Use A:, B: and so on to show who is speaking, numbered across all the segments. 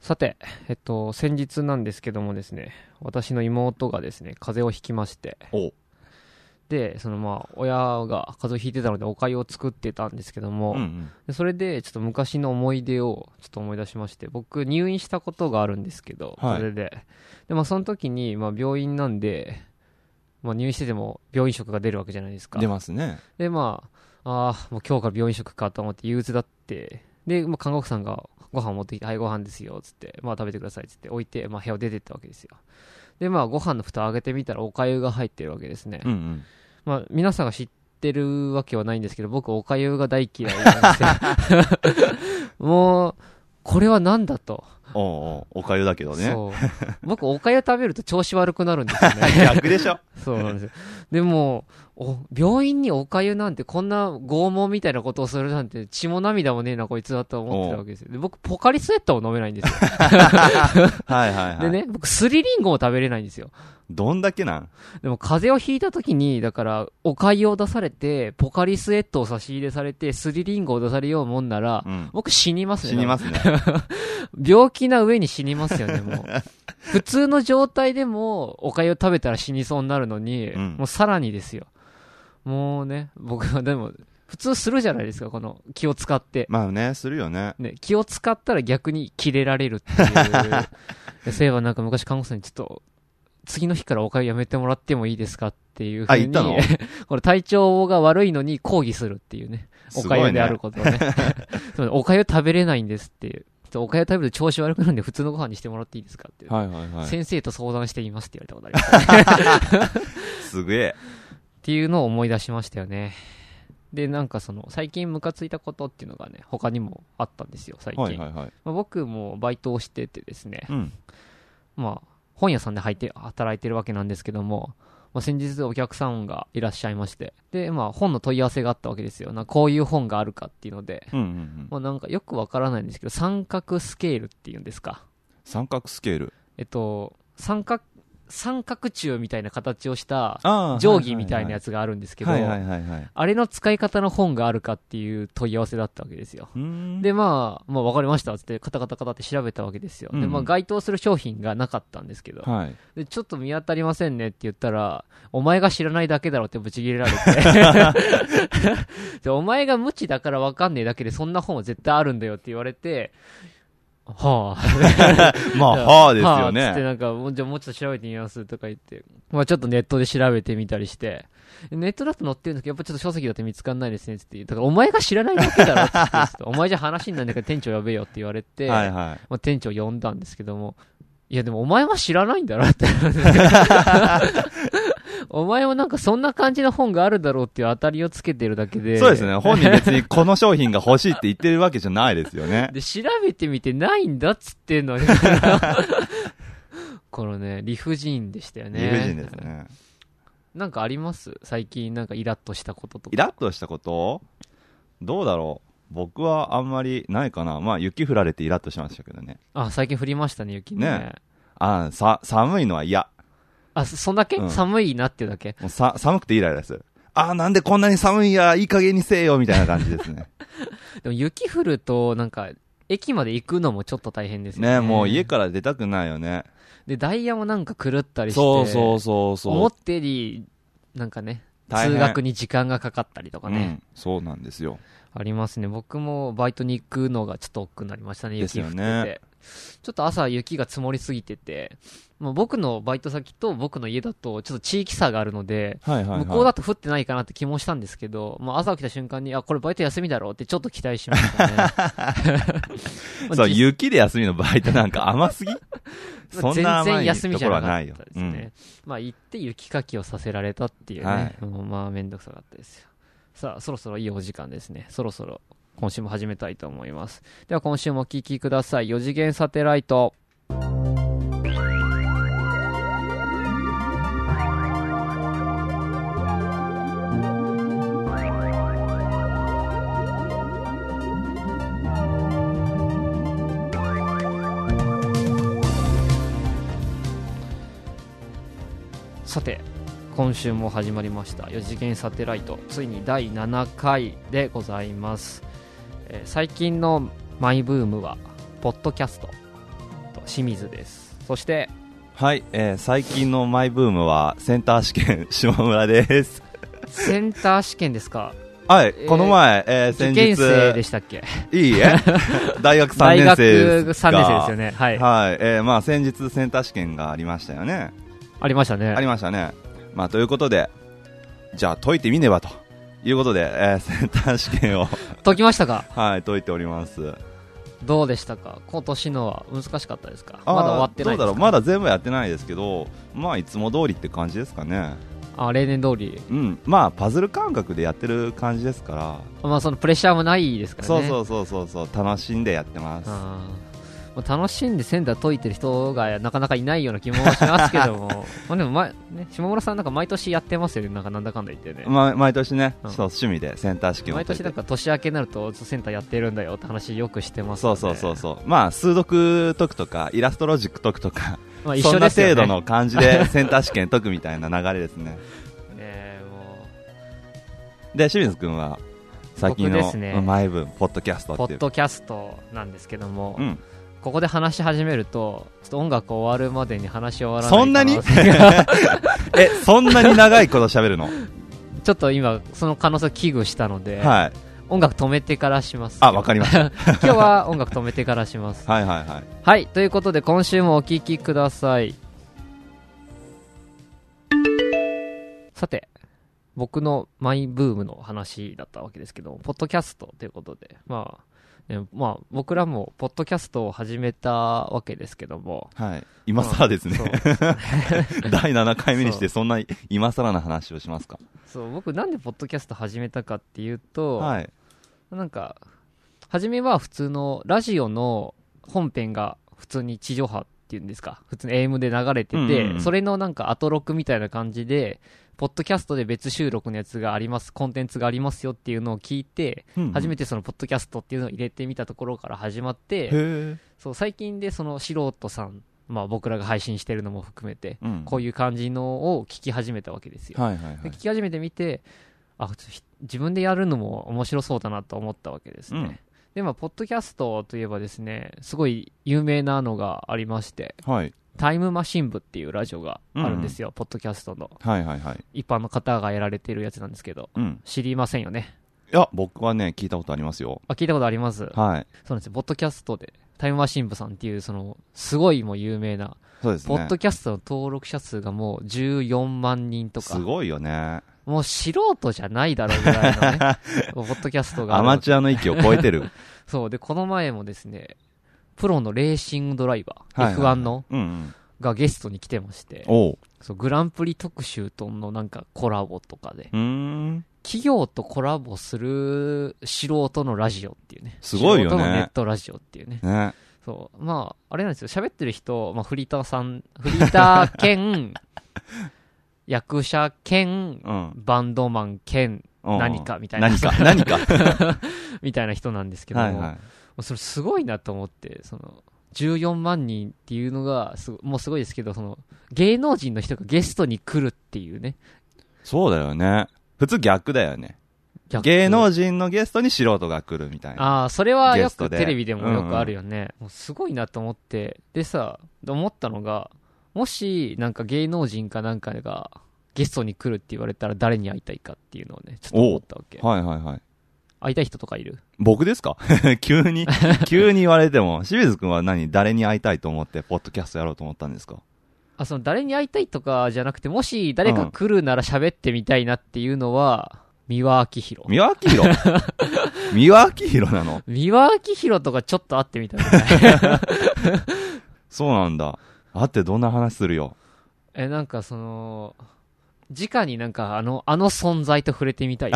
A: さて、えっと、先日なんですけどもですね、私の妹がですね、風邪をひきまして、
B: おう
A: で、そのまあ、親が風邪をひいてたので、お粥を作ってたんですけども、
B: んうん、
A: でそれで、ちょっと昔の思い出をちょっと思い出しまして、僕、入院したことがあるんですけど、
B: はい
A: それで。で、まあ、その時に、まあ、病院なんで、まあ、入院してても病院食が出るわけじゃないですか。
B: 出ますね
A: で、まあ、ああ、もう今日から病院食かと思って憂鬱だって、で、まあ、看護婦さんがご飯を持ってきて、はい、ご飯ですよ、つって、まあ、食べてください、つって置いて、まあ、部屋を出てったわけですよ。で、まあ、ご飯の蓋を開けてみたら、お粥が入ってるわけですね。
B: うんうん
A: まあ、皆さんが知ってるわけはないんですけど、僕、おかゆが大嫌いなん ですよ。もう、これは何だと。
B: おうおうおかゆだけどね
A: そう。僕、おかゆ食べると調子悪くなるんですよね。
B: 逆で しょ
A: そうなんですよ。でも、お病院におかゆなんて、こんな拷問みたいなことをするなんて、血も涙もねえな、こいつだと思ってたわけですよ。で、僕、ポカリスエットも飲めないんです よ。
B: はいはいはい
A: でね、僕、すりりんごも食べれないんですよ。
B: どんだけなん
A: でも風邪をひいた時に、だから、お粥を出されて、ポカリスエットを差し入れされて、スリリンゴを出されようもんなら、
B: うん
A: 僕死にますね。
B: 死にますね
A: 病気な上に死にますよね、もう。 普通の状態でも、お粥を食べたら死にそうになるのに、
B: うん
A: もうさらにですよ。もうね、僕はでも、普通するじゃないですか、この気を使って。
B: まあねするよね
A: ね、気を使ったら逆にキレられるって いう。でそういえばなんか昔看護師さんにちょっと、次の日からお粥やめてもらってもいいですかっていうふう
B: あ
A: に。
B: 言ったの
A: これ体調が悪いのに抗議するっていうね。お
B: すご
A: 粥
B: いね
A: であることをね。 そうお粥食べれないんですっていう。ちょっとお粥食べると調子悪くなるんで普通のご飯にしてもらっていいですかっていう。
B: はいはいは
A: 先生と相談していますって言われたことあります。
B: すげえ
A: っていうのを思い出しましたよね。で、なんかその、最近ムカついたことっていうのがね、他にもあったんですよ、最近。
B: はいはいはい
A: まあ、僕もバイトをしててですね、
B: うん
A: まあ、本屋さんで入って働いてるわけなんですけども、まあ、先日お客さんがいらっしゃいまして、で、まあ、本の問い合わせがあったわけですよ。なんかこういう本があるかっていうので、
B: うんうんうん
A: まあ、なんかよくわからないんですけど、三角スケールっていうんですか。
B: 三角スケール
A: えっと、三角、三角柱みたいな形をした
B: あ
A: 定規みたいなや
B: つ
A: つがあるんですけど、
B: はいはいはいはい
A: あれの使い方の本があるかっていう問い合わせだったわけですよ。
B: うーん
A: で、まあ、まあ、わかりましたっつって、カタカタカタって調べたわけですよ。
B: うん
A: で、
B: うん
A: まあ、該当する商品がなかったんですけど、
B: はい
A: で、ちょっと見当たりませんねって言ったら、お前が知らないだけだろってブチ切れられ て。で、お前が無知だからわかんねえだけで、そんな本は絶対あるんだよって言われて、はあ。
B: まあはあですよ
A: はあつって
B: ね
A: なんか、もうじゃあもうちょっと調べてみますとか言って、まあちょっとネットで調べてみたりして、ネットだと載ってるんですけど、やっぱちょっと書籍だって見つかんないですねって言って、だからお前が知らないだけだろって言ってちょっとお前じゃ話にならないから店長呼べよって言われて、
B: はいは
A: まあ、店長呼んだんですけども、いやでもお前は知らないんだろ って。お前もなんかそんな感じの本があるだろうっていう当たりをつけてるだけ
B: い
A: で。
B: そうですね本人別にこの商品が欲しいって言ってるわけじゃないですよね
A: で、調べてみてないんだっつってん のに。このね、理不尽でしたよね。
B: 理不尽です。ね
A: なんかあります最近なんかイラッとしたこととか。
B: イラッとしたことどうだろう僕はあんまりないかなまあ雪降られてイラッとしましたけどね
A: あ、最近降りましたね、雪ね。
B: ねああさ寒いのは嫌
A: あ、そそんだけ、
B: うん
A: 寒いなっていうだけ。
B: もうさ寒くてイライラするああなんでこんなに寒いんやいい加減にせえよみたいな感じですね
A: でも雪降ると、なんか、駅まで行くのもちょっと大変です よね。
B: ねもう家から出たくないよね
A: で、ダイヤもなんか狂ったりして。
B: そうそうそうそう
A: 思ったより、なんかね、
B: 大
A: 通
B: 変
A: 学に時間がかかったりとか
B: う
A: ね。
B: ん、そうなんですよ
A: ありますね。僕もバイトに行くのがちょっと億劫になりましたね、
B: です
A: 雪降っ
B: よ
A: てて。
B: ね
A: ちょっと朝雪が積もりすぎてて、まあ、僕のバイト先と僕の家だとちょっと地域差があるので、
B: はいはい、はい、
A: 向こうだと降ってないかなって気もしたんですけど、まあ、朝起きた瞬間に、あ、これバイト休みだろうってちょっと期待しました ね。 まあ
B: そう
A: 実
B: 雪で休みのバイトなんか甘 すぎ
A: まあ
B: そんな
A: 全
B: 甘
A: 然
B: い
A: 休み
B: と
A: じ
B: こ
A: ゃ
B: ろ
A: な
B: は
A: か
B: な
A: っ
B: いよ
A: たですね。まあ行って雪かきをさせられたっていうね。
B: はい
A: もうまあめんどくさかったですよ。さあ、そろそろいいお時間ですね。そろそろ今週も始めたいと思います。では今週もお聞きください。4次元サテライト。さて今週も始まりました4次元サテライトついに第7回でございます、えー最近のマイブームはポッドキャスト清水ですそして
B: はい、えー最近のマイブームはセンター試験 島村です
A: センター試験です か
B: はい、
A: えー
B: この前、えー
A: 受験生で
B: 先
A: したっけ
B: 日い いえ大学3
A: 大
B: 年
A: 学
B: 生が
A: 3年生ですよねはい、
B: はい、えーまあ先日センター試験がありましたよね
A: ありました
B: あ
A: ね
B: りましたね。まあ、ということで、じゃあ解いてみねばということで、えー センター試験を、
A: 解きましたか
B: はい、解いております。
A: どうでしたか今年のは難しかったですか
B: あー
A: まだ終わってない
B: ど
A: で
B: うだ
A: す
B: ろう、まだ全部やってないですけど、まあ、いつも通りって感じですかね。
A: あ例年通り
B: うん、まあ、パズル感覚でやってる感じですから、
A: まあそのプレッシャーもないですからね
B: そう
A: う
B: そうそうそうそう、楽しんでやってます。
A: まあ楽しんでセンター解いてる人がなかなかいないような気もしますけど もまあでも、まね、下村さんなんか毎年やってますよねなんかなんだかんだ言ってね
B: ま毎年ね、
A: うん
B: そう趣味でセンター試験を
A: 毎
B: 解い
A: 年
B: て
A: なんか年明けになるとセンターやってるんだよって話よくしてます
B: そ
A: よ
B: う
A: ね
B: そうそうそう、まあ数読解くとかイラストロジック解くとか、
A: まあ一
B: そ
A: 緒
B: んな
A: ですよね
B: 程度の感じでセンター試験解くみたいな流れです ね
A: えーも
B: で清水君は最近
A: 僕で
B: の
A: すね
B: うんマイブームポッドキャスト
A: うポ
B: ってい
A: ッ
B: う
A: ドキャストなんですけども、
B: うん、
A: ここで話し始めるとちょっと音楽終わるまでに話し終わらない
B: そんなに
A: 可能性が
B: えそんなに長いこと喋るの
A: ちょっと今その可能性を危惧したので、
B: はい
A: 音楽止めてからします
B: あわかりました
A: 今日は音楽止めてからします
B: はいはいはい
A: はいということで今週もお聴きくださいさて僕のマイブームの話だったわけですけどポッドキャストということでまあ、ねまあ、僕らもポッドキャストを始めたわけですけども
B: はい今更ですね
A: そう
B: 第7回目にしてそんな今更な話をしますか
A: そう僕なんでポッドキャスト始めたかっていうと、
B: はい
A: なんか初めは普通のラジオの本編が普通に地上波っていうんですか普通に AM で流れてて、
B: うんうんうん
A: それのなんかアトロクみたいな感じでポッドキャストで別収録のやつがありますコンテンツがありますよっていうのを聞いて、初めて
B: て
A: そのポッドキャストっていうのを入れてみたところから始まって、
B: へ
A: そう最近でその素人さん、まあ、僕らが配信してるのも含めて、
B: え、うん、
A: こういう感じのを聞き始めたわけですよ
B: はいはいはい
A: で聞き始めてみてあちょっとひ自分でやるのも面白そうだなと思ったわけですね、
B: うん
A: でまあポッドキャストといえばですねすごい有名なのがありまして
B: はい
A: タイムマシン部っていうラジオがあるんですよ、ポッドキャストの
B: はいはいはい
A: 一般の方がやられてるやつなんですけど
B: うん
A: 知りませんよね
B: いや僕はね聞いたことありますよ
A: あ聞いたことありますそう
B: はい
A: なんですよポッドキャストでタイムマシン部さんっていうそのすごいもう有名な、
B: そうですね
A: ポッドキャストの登録者数がもう14万人とか
B: すごいよね
A: もう素人じゃないだろうぐらい のねポッドキャストがあ
B: ア
A: るわ
B: マ
A: け
B: チュアの域を超えて る
A: そう、で、この前もですね、プロのレーシングドライバー、
B: はいは
A: F1
B: い
A: の
B: うん、うん、
A: がゲストに来てまして、
B: おう
A: そうグランプリ特集とのなんかコラボとかで、
B: うーん
A: 企業とコラボする素人のラジオっていうね。
B: すごいよね
A: 素人のネットラジオっていうね。
B: ね
A: そう。まあ、あれなんですよ。喋ってる人、まあ、フリーターさん、フリーター 兼、役者兼、
B: うん
A: バンドマン兼、
B: うん
A: 何かみたいな
B: 何か何 か
A: みたいな人なんですけども、
B: はいはい
A: もうそれすごいなと思ってその14万人っていうのがすごもうすごいですけどその芸能人の人がゲストに来るっていうね
B: そうだよね。普通逆だよね。
A: 逆
B: 芸能人のゲストに素人が来るみたいな。
A: ああそれは
B: ゲ
A: よ
B: スト
A: く
B: で
A: テレビでもよくあるよね、もうすごいなと思ってでさ思ったのがもしなんか芸能人かなんかがゲストに来るって言われたら誰に会いたいかっていうのをねちょっと思ったわけ
B: はいはいはい。
A: 会いたい人とかいる
B: 僕ですか 急 に、急に言われても。清水くんは何誰に会いたいと思って、ポッドキャストやろうと思ったんですか
A: あその誰に会いたいとかじゃなくてもし誰か来るなら喋ってみたいなっていうのは三輪明宏
B: 三輪明 宏三輪明宏なの
A: 三輪明宏とかちょっと会ってみたくない
B: そうなんだ。会ってどんな話するよ。
A: えなんかその直になんかあのあの存在と触れてみた い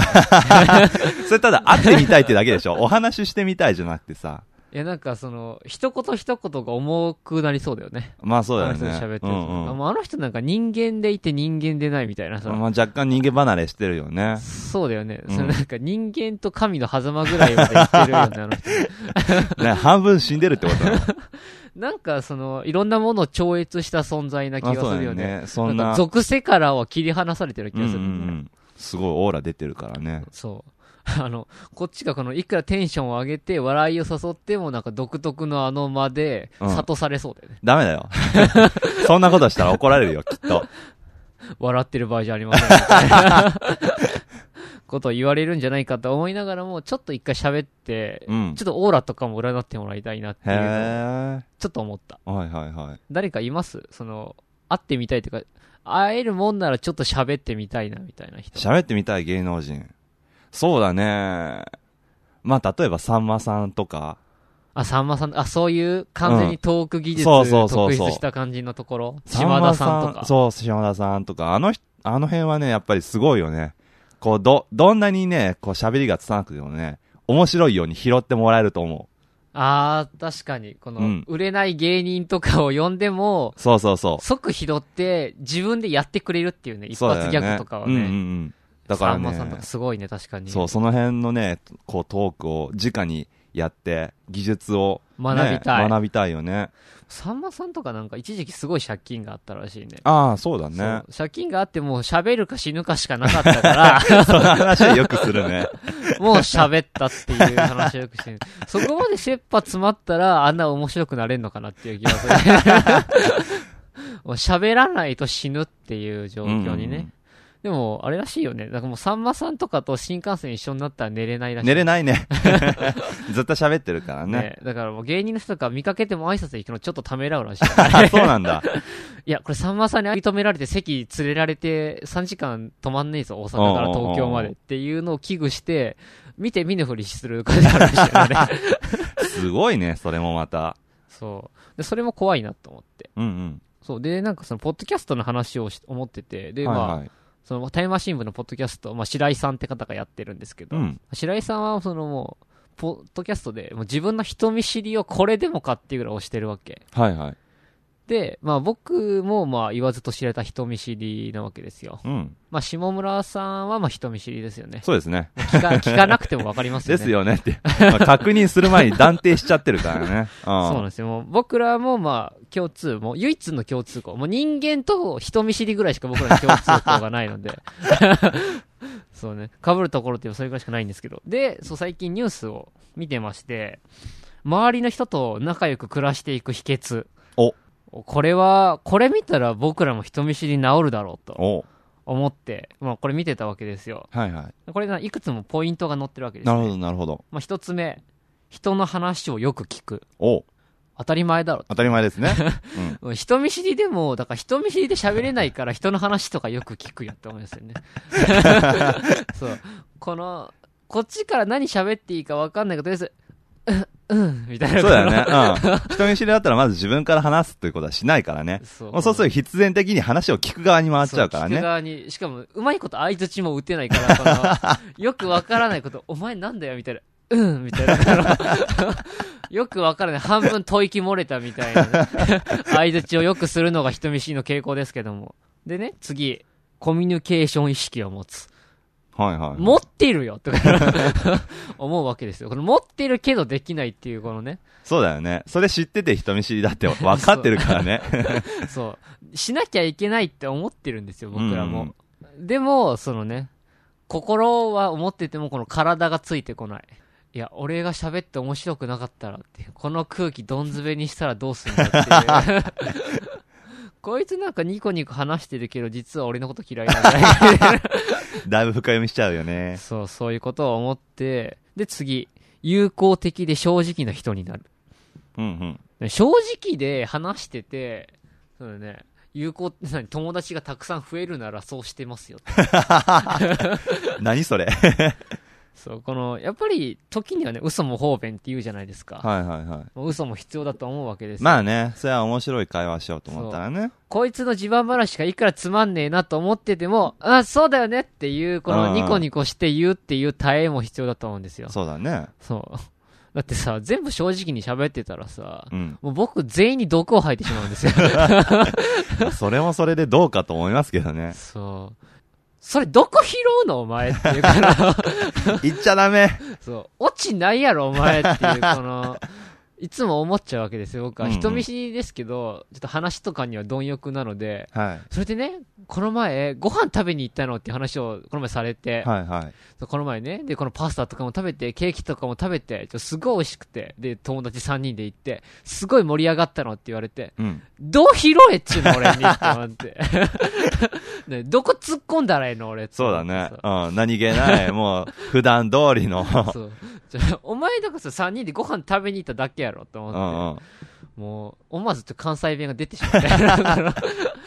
B: それただ会ってみたいってだけでしょ お話ししてみたいじゃなくてさ。
A: いやなんかその一言一言が重くなりそうだよね
B: まあそうだよ
A: あの
B: ね。
A: 人と喋ってると、
B: うん
A: あ
B: うん。
A: もうあの人なんか人間でいて人間でないみたいなさ、
B: まあ若干逃げ離れしてる よね。
A: そうだよね、
B: うん
A: そのなんか人間と神の狭間ぐらいまでいってるよねあの 人
B: ね、半分死んでるってことだよ
A: なんかそのいろんなものを超越した存在 な気
B: まあ
A: が
B: そう
A: す
B: だ
A: るよ
B: よ
A: ね,、
B: ね。そん
A: ん
B: な
A: か。属世からは切り離されてる気がする、
B: うんうんうんすごいオーラ出てるからね
A: そう。 あの、こっちがこの、いくらテンションを上げて、笑いを誘っても、なんか独特のあの間で、
B: うん
A: 諭されそうだよね。
B: ダメだよ。 そんなことしたら怒られるよ、きっと。
A: 笑ってる場合じゃありませんみたいな ことを言われるんじゃないかと思いながらも、ちょっと一回喋って、
B: うん
A: ちょっとオーラとかも占ってもらいたいなって
B: へ
A: いう
B: え。
A: のをちょっと思った。
B: はいはいはい。
A: 誰かいますその、会ってみたいというか、会えるもんならちょっと喋ってみたいなみたいな人。
B: 喋ってみたい芸能人。そうだね。まあ、例えばさんまさんとか。
A: あ、さんまさん、あ、そういう完全にトーク技術
B: う
A: を
B: んそうそうそう
A: 特
B: そう
A: 筆した感じのところ、
B: ん
A: 島
B: ま
A: 田さんとか。
B: そう、島田さんとか。あの人、あの辺はね、やっぱりすごいよね。こう、ど、どんなにね、こう喋りがつたなくてもね、面白いように拾ってもらえると思
A: あー、確かに、この、
B: うん
A: 売れない芸人とかを呼んでも、
B: う。そうそうそう。
A: 即拾って、自分でやってくれるっていうね、一
B: そうだ
A: 発
B: よ
A: ギャグとかはね。
B: うんうんうん。だから
A: さんまさんと
B: ね
A: か、すごいね、確かに。
B: そう、その辺のね、こうトークを直にやって、技術を、ね、
A: 学びたい
B: 学びたいよね。
A: さんまさんとかなんか一時期すごい借金があったらしいね。
B: ああ、そうだね。
A: そう借金があってもう喋るか死ぬかしかなかった から、
B: その話はよくす るね。
A: もう喋ったっていう話をよくしてる。そこまで切羽詰まったら、あんな面白くなれんのかなっていう気が する。もう喋らないと死ぬっていう状況にね。
B: うんうん
A: でも、あれらしいよね。なんかもう、さんまさんとかと新幹線一緒になったら寝れないらしい。
B: 寝れないね。 ずっと喋ってるからね。
A: ねだからもう芸人の人とか見かけても挨拶行くのちょっとためらうら しい。
B: あそうなんだ。
A: いや、これさんまさんに認められて席連れられて3時間止まんねえぞ、大阪から東京までっていうのを危惧して、見て見ぬふりする感じなんですよね。
B: すごいね、それもまた。
A: そう。で、それも怖いなと思って。
B: うんうん。
A: そう。で、なんかその、ポッドキャストの話をし思ってて、で、まあ、
B: はいはい。
A: その、タイマー新聞のポッドキャスト、まあ、白井さんって方がやってるんですけど、
B: うん
A: 白井さんは、そのもう、ポッドキャストで、もう自分の人見知りをこれでもかっていうぐらい推してるわけ。
B: はいはい。
A: で、まあ僕もまあ言わずと知れた人見知りなわけですよ。
B: うん。
A: まあ、下村さんはまあ人見知りですよね。
B: そうですね。
A: 聞か聞かなくても分かりますよ
B: で
A: ね。
B: すよねって。まあ確認する前に断定しちゃってる からね。
A: そうなん
B: あ
A: ですよ。もう僕らもまあ共通、もう唯一の共通項。もう人間と人見知りぐらいしか僕らの共通項がないので。 そうね。被るところっていうのはそれぐらいしかないんですけど。で、そう最近ニュースを見てまして、周りの人と仲良く暮らしていく秘訣。
B: お
A: これは、これ見たら僕らも人見知り治るだろうと
B: お
A: 思って、まあこれ見てたわけですよ。
B: はいは
A: これがいくつもポイントが載ってるわけ
B: い。
A: です
B: な
A: ね。
B: るほど、なるほど。
A: まあ、一つ目、人の話をよく聞く。
B: お
A: 当たり前だろ。
B: 当たり前です ね。
A: うん人見知りでも、だから人見知りで喋れないから人の話とかよく聞くよって思います よね。そう。この、こっちから何喋っていいか分かんないけど、とりあえず、うん、うん、みたいな。
B: そうだよね。うん。人見知りだったらまず自分から話すっていうことはしないからね。
A: そう。
B: もうそうすると必然的に話を聞く側に回っちゃうから
A: そう聞く
B: ね。
A: 側に、しかも、うまいこと相槌も打てないから、 このよくわからないこと、お前なんだよ、みたいな。うん、みたいな。この よくわからない。半分吐息漏れたみたいな ね。相槌をよくするのが人見知りの傾向ですけども。でね、次。コミュニケーション意識を持つ。
B: はいはい。
A: 持ってるよとか思うわけですよ。この持ってるけどできないっていうこのね、
B: そうだよね。それ知ってて人見知りだって分かってるからね。
A: そう、しなきゃいけないって思ってるんですよ、僕ら
B: うん
A: も。でも、そのね、心は思ってても、この体がついてこない。いや、俺が喋って面白くなかったらっていう、この空気どんずべにしたらどうすんだっていう。こいつなんかニコニコ話してるけど、実は俺のこと嫌いなんだ。
B: だいぶ深読みしちゃうよね。
A: そう、そういうことを思って、で、次、友好的で正直な人になる。
B: うん
A: ね正直で話してて、そうだね、有効って何友達がたくさん増えるならそうしてますよって。
B: うん。何それ
A: そう、この、やっぱり時にはね、嘘も方便って言うじゃないですか。
B: はいはいはい。
A: もう嘘も必要だと思うわけですよ。
B: まあね、それは面白い会話しようと思ったらね。
A: こいつの地盤話がいくらつまんねえなと思ってても、あ、そうだよねっていう、こ
B: う
A: の
B: ん
A: ニコニコして言うっていう耐えも必要だと思うんですよ。
B: そうだね。
A: そう。だってさ、全部正直に喋ってたらさ、
B: うん。
A: もう僕全員に毒を吐いてしまうん ですよ。。
B: まあそれもそれでどうかと思いますけどね
A: そう。それどこ拾うのお前っていうから。
B: 言っちゃダメ。
A: そう、落ちないやろ、お前って いう、この、いつも思っちゃうわけですよ、僕は。
B: うんうん
A: 人見知りですけど、ちょっと話とかには貪欲なので、
B: はい。
A: それでね、この前、ご飯食べに行ったのって話をこの前されて、
B: はいはい。
A: そうこの前ね、で、このパスタとかも食べて、ケーキとかも食べて、ちょすごい美味しくて、で、友達3人で行って、すごい盛り上がったのって言われて、
B: うん。
A: どう拾えっちゅうの俺にって思 って。ね、どこ突っ込んだらいいの俺って
B: そう
A: 思っ
B: だ
A: て
B: ね
A: さ。
B: うん。何気 ない。もう、普段通りの。
A: そう。じゃあお前だからさ、3人でご飯食べに行っただけやろと
B: う
A: 思って。
B: んうん。
A: もう、思わずちょっと関西弁が出てしまった。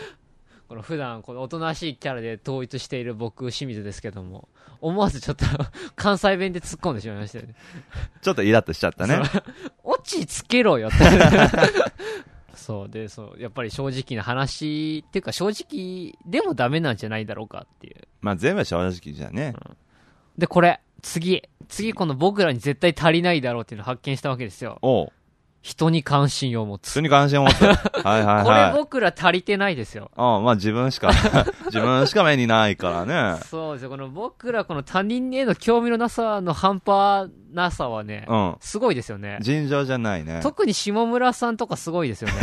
A: この普段、このおとなしいキャラで統一している僕、清水ですけども、思わずちょっと関西弁で突っ込んでしまいましたよね。
B: ちょっとイラッとしちゃったね。
A: オチつけろよって。 そうで、そう、やっぱり正直な話っていうか正直でもダメなんじゃないだろうかっていう。
B: まあ全部は正直じゃね。
A: で、これ、次、次この僕らに絶対足りないだろうっていうのを発見したわけですよ。
B: おう。
A: 人に関心を持
B: 普
A: つ。
B: 通に関心 を持つ。はいはい
A: これ
B: はい。
A: 僕ら足りてないですよ。
B: うん、まあ自分 しか、自分しか目にないからね。
A: そうですよ、この僕らこの他人への興味のなさの半端なさはね、
B: うん。
A: すごいですよね。
B: 尋常じゃないね。
A: 特に下村さんとかすごいですよね。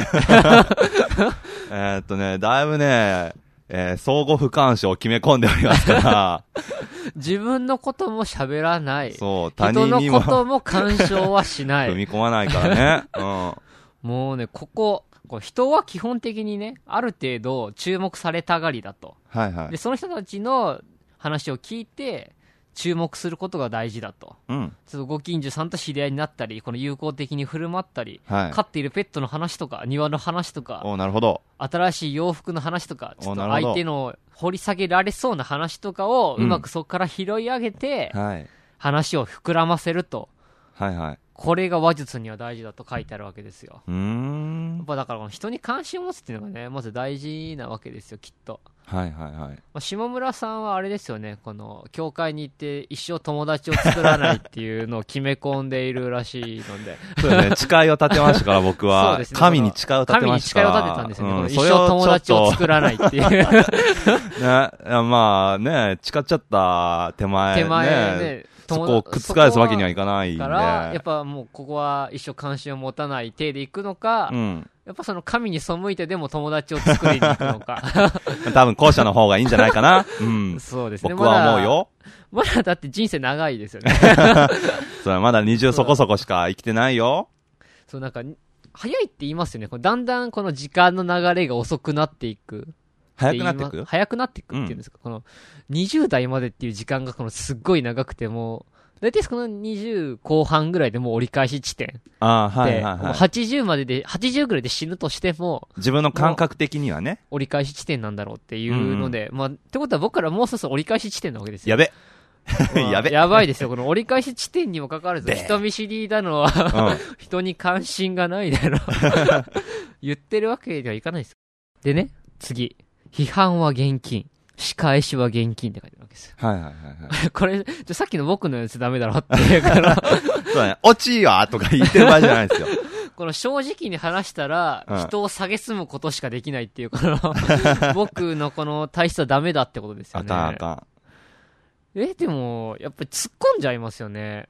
B: えーっとね、だいぶね、えー相互不干渉を決め込んでおります から、
A: 自分のことも喋らない。
B: そう、他
A: 人
B: 人
A: の
B: に
A: こ
B: も
A: とも干渉はしな い。
B: 踏み込まな いからね。うん。
A: もうね、ここ、こう人は基本的にね、ある程度注目されたがりだと。
B: はいは
A: で、
B: い。
A: その人たちの話を聞いて、注目することが大事だと。
B: うん。
A: ちょっとご近所さんと知り合いになったり、この友好的に振る舞ったり、
B: はい。
A: 飼っているペットの話とか、庭の話とか、
B: おなるほど。
A: 新しい洋服の話とか、
B: お
A: ちょっと
B: なるほど
A: 相手の掘り下げられそうな話とかを
B: う
A: うんまくそこから拾い上げて、
B: はい。
A: 話を膨らませると。
B: はいはい。
A: これが話術には大事だと書いてあるわけですよ。
B: うー
A: やっ
B: ん。
A: ぱだからこの人に関心を持つっていうのがね、まず大事なわけですよ、きっと。
B: はいはいはい。
A: まあ、下村さんはあれですよね、この、教会に行って一生友達を作らないっていうのを決め込んでいるらしいので、
B: そうだね、誓いを立てましたから、僕
A: そう
B: は
A: で。すね
B: 神に誓いを立て
A: 神
B: ま
A: に
B: し
A: 誓
B: た
A: い
B: か
A: を
B: ら。
A: 立てたんですよね、この
B: う
A: 一
B: それ
A: 生
B: を
A: 友達を作らないっていう。
B: ちょっとね、いやまあね、誓っちゃった手前。
A: 手前
B: ね。
A: で、
B: そ
A: 友
B: こを覆すわけにはいいかないんで。
A: から、やっぱもうここは一生関心を持たない体で行くのか、
B: うん。
A: やっぱその神に背いてでも友達を作りに行くのか。
B: 多分後者の方がいいんじゃないかな。 う ん。
A: そうですね。
B: 僕は思うよ。
A: まだ。まだだって人生長いですよね。
B: それはまだ20そこそこしか生きてないよ。
A: そうなんか、早いって言いますよね。こうだんだんこの時間の流れが遅くなっていくって
B: 早
A: 言い
B: く
A: ま
B: な
A: す。
B: ってく
A: 早くなっていくっていうんですか。この20代までっていう時間がこのすっごい長くてもう、大体この20後半ぐらいでもう折り返し地点。
B: ああ、はい
A: で、
B: はい
A: もう
B: は
A: 80までで、80ぐらいで死ぬとしても、
B: い。自分の感覚的にはね。
A: 折り返し地点なんだろうっていうので、まあ、ってことは僕らもうそろそろ折り返し地点なわけですよ。
B: やべ。
A: まあ
B: やべ
A: やばいですよ。この折り返し地点にもかかわらず、
B: で
A: 人見知りだのは、
B: うん。
A: 人に関心がないだ ろう。言ってるわけにはいかないです。でね、次。批判は現金。仕返しは現金って書いてあるわけですよ。
B: はいはいはいはい。
A: これ、ちょさっきの僕のやつダメだろっていうから、
B: そうだね。落ちいわとか言ってる場合じゃないですよ。
A: この正直に話したら
B: うん、
A: 人を蔑むことしかできないっていう、こ の、僕のこの体質はダメだってことですよ
B: あ
A: ね。
B: かんあか
A: え、でも、やっぱり突っ込んじゃいますよね。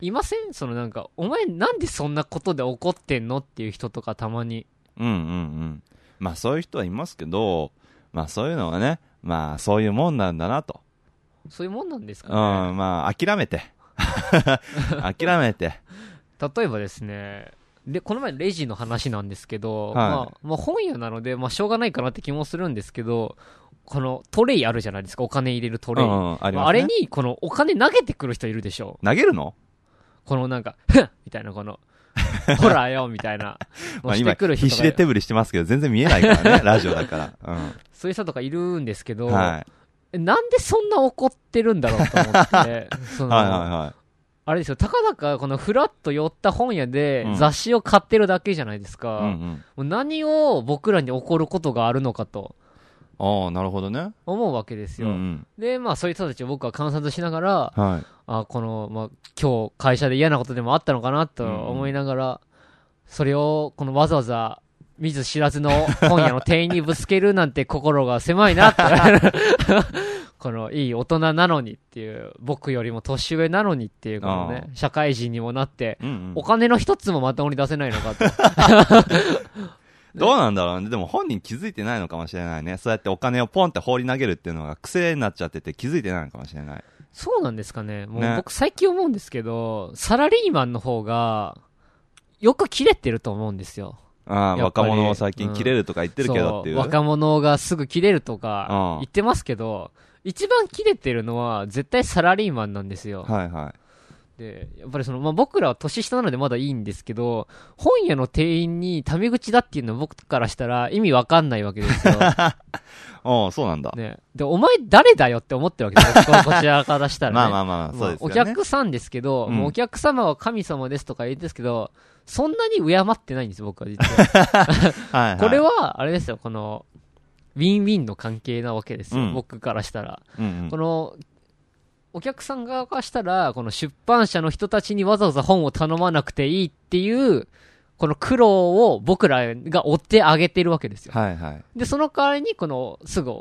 A: いませんそのなんか、お前なんでそんなことで怒ってんのっていう人とかたまに。
B: ん。うんうんうん。まあそういう人はいますけど、まあそういうのはね、まあそういうもんなんだなと。
A: そういうもんなんです
B: うん、
A: かね。
B: まあ諦めて。諦めて。
A: 例えばですね、で、この前レジの話なんですけど、
B: はい
A: まあ、まあ本屋なので、まあしょうがないかなって気もするんですけど、このトレイあるじゃないですか、お金入れるト
B: う
A: レイ。
B: んうん、ありますね。
A: あれに、このお金投げてくる人いるでしょ
B: 投げるの
A: このなんか、ふんみたいな、こ の、ほらよみたいな、
B: ま
A: の
B: あ
A: し
B: 今
A: てくる人と
B: 必
A: か
B: 死で、手振りしてますけど、全然見えないからね、ラジオだから。
A: そういう人とかいるんですけ
B: う
A: ど、
B: ん。はい。
A: えなんでそんな怒ってるんだろうと思 って、その、
B: はいはいは
A: あれですよ、たかだかこのフラッと寄った本屋で
B: うん
A: 雑誌を買ってるだけじゃないです
B: い。
A: か。
B: うんう
A: も
B: ん。
A: う何を僕らに怒ることがあるのかと
B: ああ、なるほどね。
A: 思うわけです
B: うん
A: よ。
B: うん。
A: で、まあそういう人たちを僕は観察しながら、
B: はい。
A: あこの、まあ今日会社で嫌なことでもあったのかなと思いながら、それをこのわざわざ見ず知らずの本屋の店員にぶつけるなんて心が狭いな って。このいい大人なのにっていう、僕よりも年上なのにっていう、このね、社会人にもなって、
B: うんうん
A: お金の一つもまともに出せないのかと。
B: どうなんだろうね。でも本人気づいてないのかもしれないね。そうやってお金をポンって放り投げるっていうのが癖になっちゃってて気づいてないのかもしれない。
A: そうなんですかね。もう
B: ね
A: 僕最近思うんですけど、サラリーマンの方が、よく切れてると思うんですよ。
B: ああ、
A: やっぱ
B: 若
A: り
B: 者を最近切れるとか言ってるけどっていう。
A: そう若者がすぐ切れるとか
B: うん
A: 言ってますけど、一番切れてるのは絶対サラリーマンなんですよ。
B: はいは
A: で、やっぱりその、まあ、僕らは年下なのでまだいいんですけど、本屋の店員にタメ口だっていうのは僕からしたら意味わかんないわけですよ。
B: い。おうそうなんだ。
A: ね。で、お前誰だよって思ってるわけですよ。僕 はこちらからしたらね。
B: まあまあまあ、そうですよ
A: お
B: ね。
A: 客さんですけど、
B: うん
A: もうお客様は神様ですとか言うんですけど、そんなに敬ってないんです、僕は実は。
B: はいはい、
A: これは、あれですよ、この、ウィンウィンの関係なわけですよ、
B: うん
A: 僕からしたら。
B: うんうん、
A: この、お客さん側からしたら、この出版社の人たちにわざわざ本を頼まなくていいっていう、この苦労を僕らが追ってあげてるわけですよ。
B: はいはい。
A: で、その代わりに、この、すぐお、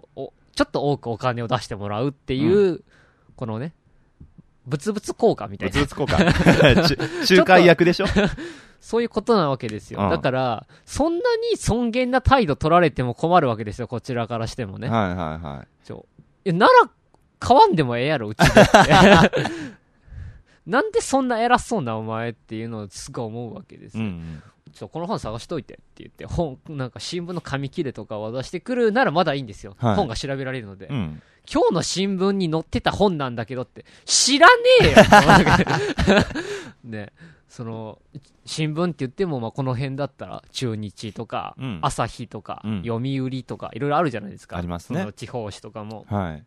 A: ちょっと多くお金を出してもらうっていう、このね、物々効果みたい
B: 物
A: な、
B: 々 交 換。ち仲介役でしょ
A: そういうことなわけですよ。
B: うん
A: だから、そんなに尊厳な態度取られても困るわけですよ、こちらからしてもね。
B: はいはいはい。
A: ちょいやなら、買わんでもええやろ、うちで って。なんでそんな偉そうなお前っていうのをすごい思うわけです
B: うん
A: よ、
B: うん。
A: ちょこの本探しといてって言って本なんか新聞の紙切れとか渡してくるならまだいいんですよ、
B: はい
A: 本が調べられるので、
B: うん。
A: 今日の新聞に載ってた本なんだけどって、知らねえよ ね、その、新聞って言っても、まあ、この辺だったら、中日とか、
B: うん
A: 朝日とか、
B: うん
A: 読売とか、いろいろあるじゃないですか。
B: ありますね
A: その地方紙とかも。
B: はい。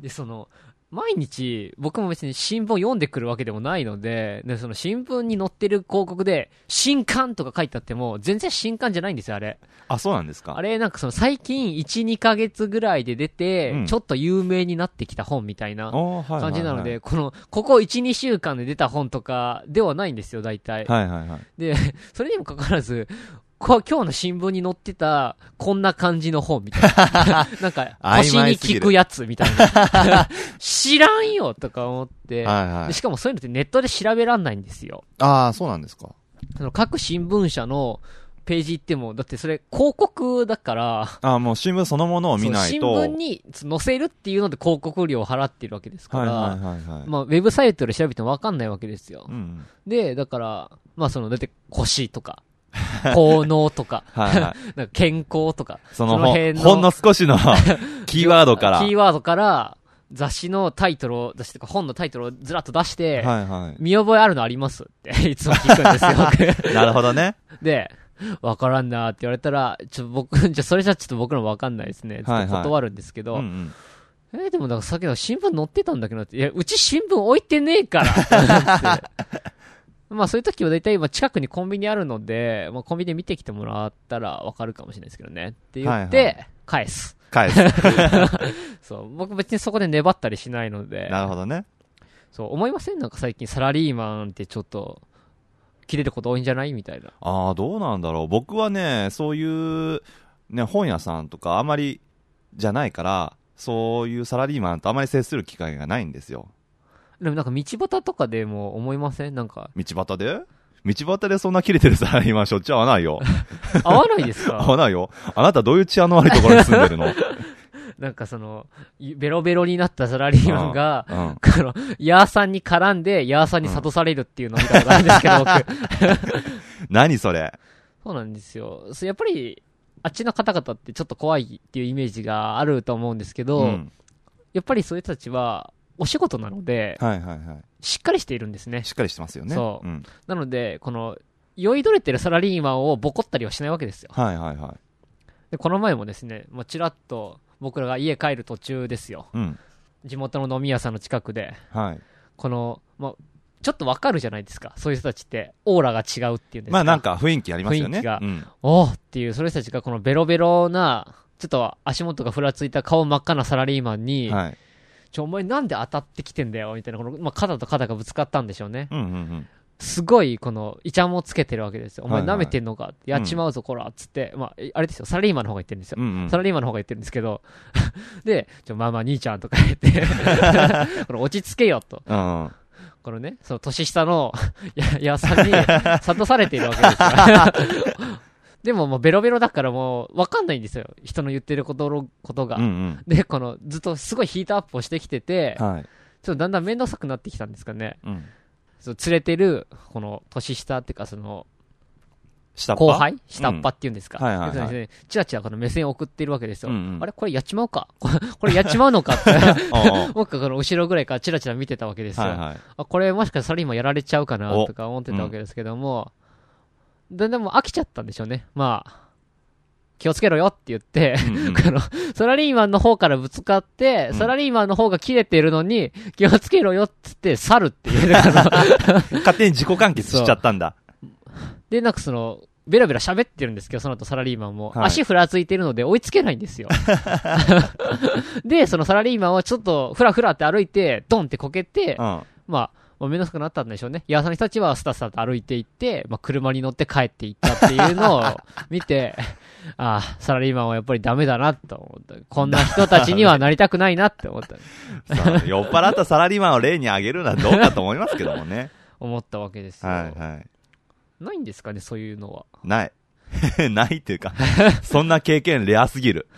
A: で、その、毎日、僕も別に新聞読んでくるわけでもないので、で、その新聞に載ってる広告で、新刊とか書いてあっても、全然新刊じゃないんですよ、あれ。
B: あ、そうなんですか
A: あれ、なんかその最近1、2ヶ月ぐらいで出て、
B: うん
A: ちょっと有名になってきた本みたいな
B: おーはいはいはい
A: 感じなので、。この、ここ1、2週間で出た本とかではないんですよ、大体。
B: はいはいはい。
A: で、 それにもかかわらず、こ今日の新聞に載ってた、こんな感じの本みたいな。 なんか、腰
B: 曖昧
A: に
B: すぎる
A: 効くやつみたいな。 知らんよとか思って、
B: はいは
A: で
B: い。
A: しかもそういうのってネットで調べらんないんですよ。
B: ああ、そうなんですか。
A: その各新聞社のページ行っても、だってそれ広告だから、
B: ああ、もう新聞そのものを 見な
A: そ
B: いうと。
A: 新聞に載せるっていうので広告料を払ってるわけですか
B: はい
A: ら、
B: はいはいはい。
A: まあ、ウェブサイトで調べても分かんないわけですよ
B: う。ん。
A: で、だから、まあ、その、だって、腰と か、効能とか、
B: はいはい。
A: なんか健康とか、
B: その
A: その辺
B: ほ
A: の
B: ほんの少しのキーワードから。
A: キーワードから、雑誌のタイトルを出して、本のタイトルをずらっと出して、
B: はいは
A: 見覚えあるのありますって、いつも聞くんですよ、
B: い。なるほどね。
A: 僕。で、わからんなって言われたら、ちょ、僕、じゃ、それじゃちょっと僕らもわかんないですね。ちょ
B: はい
A: っと
B: はい
A: 断るんですけ
B: う
A: ど、
B: んうん。
A: えーでもなんかさっきの新聞載ってたんだけどなって、いや、うち新聞置いてねえからって まあそういう時は大体今近くにコンビニあるので、まあコンビニで見てきてもらったらわかるかもしれないですけどね。って言っ
B: はいは
A: て、返す。
B: 返す。
A: そう。僕別にそこで粘ったりしないので、
B: なるほどね。
A: そう思いませんなんか最近サラリーマンってちょっと、切れること多いんじゃないみたいな。
B: ああ、どうなんだろう。僕はね、そういう、ね、本屋さんとかあまりじゃないから、そういうサラリーマンとあまり接する機会がないんですよ。
A: でもなんか道端とかでも思いませんなん か、
B: 道端で道端でそんな切れてるサラリーマンしょっちゅう会わないよ。
A: 合わないですか
B: 会わないよ。あなたどういう治安の悪いところに住んでるのう
A: なんかその、ベロベロになったサラリーマンが、
B: ん。
A: この、ヤーさんに絡んで、ヤーさんに諭されるっていうのを見たことあるんですけど、僕。
B: 何それ
A: そうなんですよ。そうやっぱり、あっちの方々ってちょっと怖いっていうイメージがあると思うんですけど、
B: ん。
A: やっぱりそういう人たちは、お仕事なので、
B: はいはいは
A: しっかりしているんですね
B: い。。しっかりしてますよね。
A: そう
B: うん。
A: なので、この、酔いどれてるサラリーマンをボコったりはしないわけですよ。
B: はいはいはい。
A: で、この前もですね、もうちらっと、僕らが家帰る途中ですよ。
B: うん。
A: 地元の飲み屋さんの近くで、
B: はい。
A: この、まあ、ちょっとわかるじゃないですか。そういう人たちって、オーラが違うっていうんですか。
B: まあなんか雰囲気ありますよ
A: 雰囲
B: ね。
A: 気が
B: うん。
A: おーっていう、それ人たちがこのベロベロな、ちょっと足元がふらついた顔真っ赤なサラリーマンに、
B: はい。
A: ちょ、お前なんで当たってきてんだよみたいな、この、まあ、肩と肩がぶつかったんでしょうね。
B: うんうんうん。
A: すごい、この、イチャモンつけてるわけですよ。お前
B: はいはい
A: 舐めてんのかやっちまうぞ、こらつって、まあ、えあれですよ、サラリーマンの方が言ってるんですよ。
B: うんうん
A: サラリーマンの方が言ってるんですけど、 で、ちょ、まあまあ、兄ちゃんとか言 って、この落ち着けよと。
B: うんうん。
A: このね、 その年下の、いや、いやさんに、諭されているわけですよ。でも、まあ、ベロベロだからもう、わかんないんですよ。人の言ってることのことが。
B: うんうん
A: で、この、ずっとすごいヒートアップをしてきてて、
B: はい
A: ちょっとだんだん面倒くさくなってきたんですかね。
B: うん、
A: そう連れてる、この、年下っていうか、その、
B: 下っ端
A: 後輩下っ端っていうんですか。
B: うんはいはいはい
A: でそうですねチラチラこの目線を送ってるわけですよ。
B: うんうん
A: あれこれやっちまうか これこれやっちまうのか って。
B: ああ
A: 僕がこの後ろぐらいからチラチラ見てたわけですよ。
B: はいはい
A: あこれもしかしたら今やられちゃうかな
B: お
A: とか思ってたわけですけども、で、でも飽きちゃったんでしょうね。まあ、気をつけろよって言って、
B: うんうん
A: この、サラリーマンの方からぶつかって、
B: うん
A: サラリーマンの方が切れてるのに、気をつけろよっつって、去るっていう。 だから
B: 勝手に自己完結しちゃったんだ
A: で、なんかその、ベラベラ喋ってるんですけど、その後サラリーマンも。
B: はい
A: 足ふらついてるので追いつけないんですよ。 で、そのサラリーマンはちょっとふらふらって歩いて、ドンってこけて、
B: うん
A: まあ、まあ、面倒くさくなったんでしょうね。矢さんの人たちはスタスタと歩いていって、まあ、車に乗って帰っていったっていうのを 見て、ああ、サラリーマンはやっぱりダメだなと思った。こんな人たちにはなりたくないなって思った、
B: さあ酔っ払ったサラリーマンを例に挙げるのはどうかと思いますけどもね
A: 思ったわけですよ。
B: はいはい
A: ないんですかね、そういうのは。
B: ない。 ないって いうか、そんな経験レアすぎる。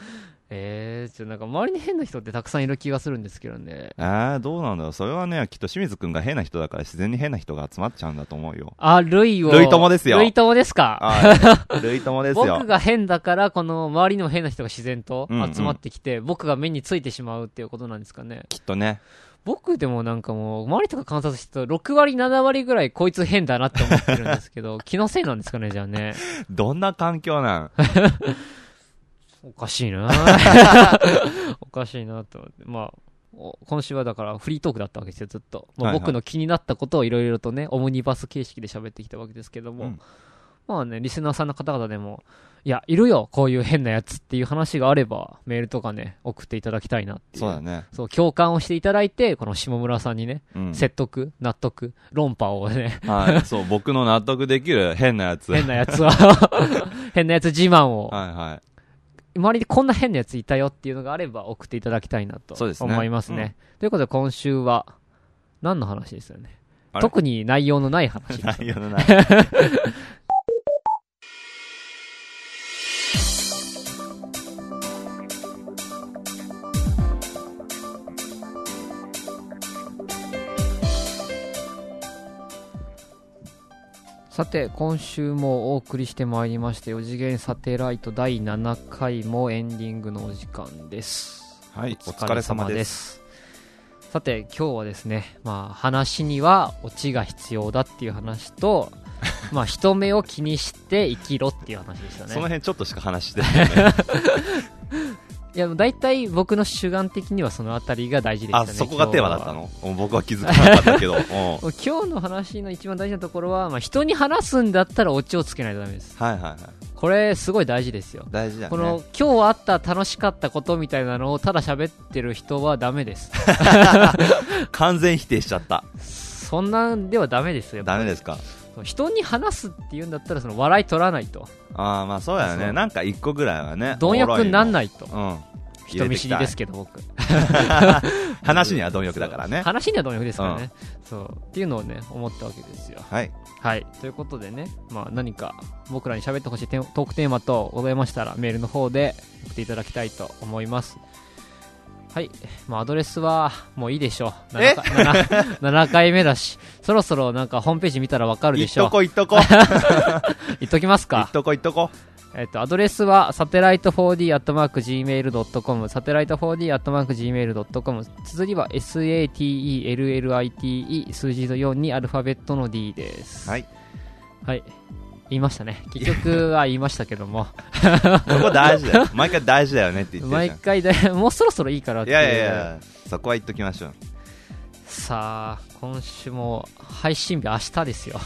A: ええー、ちょ、なんか周りに変な人ってたくさんいる気がするんですけどね。
B: ああ、どうなんだろう。それはね、きっと清水くんが変な人だから自然に変な人が集まっちゃうんだと思うよ。
A: あ、ルイを。
B: ルイ友ですよ
A: ルイ友ですか。
B: はい。ルイ友ですよ
A: 僕。が変だから、この周りにも変な人が自然と
B: うんうん
A: 集まってきて、僕が目についてしまうっていうことなんですかね。
B: きっとね。
A: 僕でもなんかもう、周りとか観察してると、6割、7割ぐらいこいつ変だなって思ってるんですけど、気のせいなんですかね、じゃあね。
B: どんな環境なん
A: おかしい なおかしいなと思って。まあ、お今週はだからフリートークだったわけですよ、ずっと。まあ
B: はいはい
A: 僕の気になったことをいろいろとね、オムニバス形式で喋ってきたわけですけども、
B: うん
A: まあね、リスナーさんの方々でも、いや、いるよ、こういう変なやつっていう話があれば、メールとかね、送っていただきたいなっていう。
B: そうだね。
A: そう、共感をしていただいて、この下村さんにね、
B: うん。
A: 説得、納得、論破をね、
B: はい。そう、僕の納得できる変なやつ。はい
A: 変なやつを、 変なやつ自慢を、
B: は
A: 周りでこんな変なやついたよっていうのがあれば送っていただきたいなと
B: そうですね
A: 思いますね。ということで今週は、何の話ですよね
B: あ。れ
A: 特に内容のない話
B: い。
A: です
B: 内
A: よね。
B: 容のない。
A: さて、今週もお送りしてまいりまして、4次元サテライト第7回もエンディングのお時間です。
B: はい、お疲れ様です。
A: す。さて、今日はですね、まあ、話にはオチが必要だっていう話 と、まあ、人目を気にして生きろっていう話でした
B: その
A: ね。
B: 辺ちょっとしか話してないよね。
A: いや、大体僕の主眼的にはそのあたりが大事でした
B: あ、
A: ね。
B: そこがテーマだった
A: 今
B: のもう僕は気づかなかったけど。うん
A: 日は今日の話の一番大事なところは、まあ、人に話すんだったらオチをつけないとダメです。
B: はいはいはい。
A: これ、すごい大事ですよ。
B: 大事だね。
A: この今日あった楽しかったことみたいなのをただ喋ってる人はダメです。
B: 完全否定しちゃった。
A: そんなんではダメですよ。
B: ダメですか
A: 人に話すっていうんだったらその笑い取らないと
B: ああまあそうや
A: そう
B: ねなんか一個ぐらいはね
A: 貪欲になん
B: い
A: ないと
B: うん
A: 人見知りです
B: け
A: けど僕
B: ど話には貪欲だから
A: そう
B: ね
A: 話には貪欲ですからね、そうっていうのをね思ったわけですよ
B: はい
A: はいということでね、まあ、何か僕らに喋ってほしいテーマトークテーマとございましたらメールの方で送っていただきたいと思いますはい、まあ、アドレスはもういいでしょう
B: え
A: 7, 7, 回目だしそろそろなんかホームページ見たらわかる
B: い
A: で
B: っ
A: しょ
B: と
A: う
B: こいっとこいっ
A: 言っときますか
B: とこいっとこ
A: えっと、アドレスは、サテライト 4d.gmail.com、サテライト 4d.gmail.com、綴りは satellite 数字の4にアルファベットの d です。。
B: はいい
A: 言いましたね。結局は言いましたけども、
B: そこ大事だよ毎回大事だよねって言って る
A: 毎回だい、もうそろそろいいからっ
B: じゃんい
A: て
B: やいやいやそこは言っときましょう
A: さあ、今週も配信日明日です よ。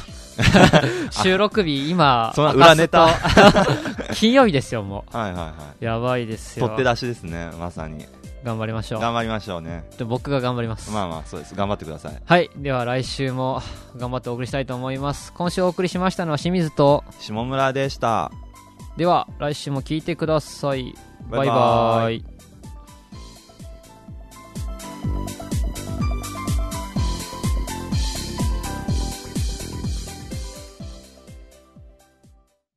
A: 収録日今、
B: その裏ネタ
A: 明かすと金曜日ですよ、も
B: はいはいは
A: う。やばいです
B: い
A: よ。
B: 取って出しですねまさに
A: 頑張りましょう。
B: 頑張りましょうね
A: で僕が頑張ります。
B: まあまあそうです頑張ってください
A: はい。では来週も頑張ってお送りしたいと思います。今週お送りしましたのは清水と、
B: 下村でした
A: では来週も聞いてください。バイバイ。
B: バイバーイ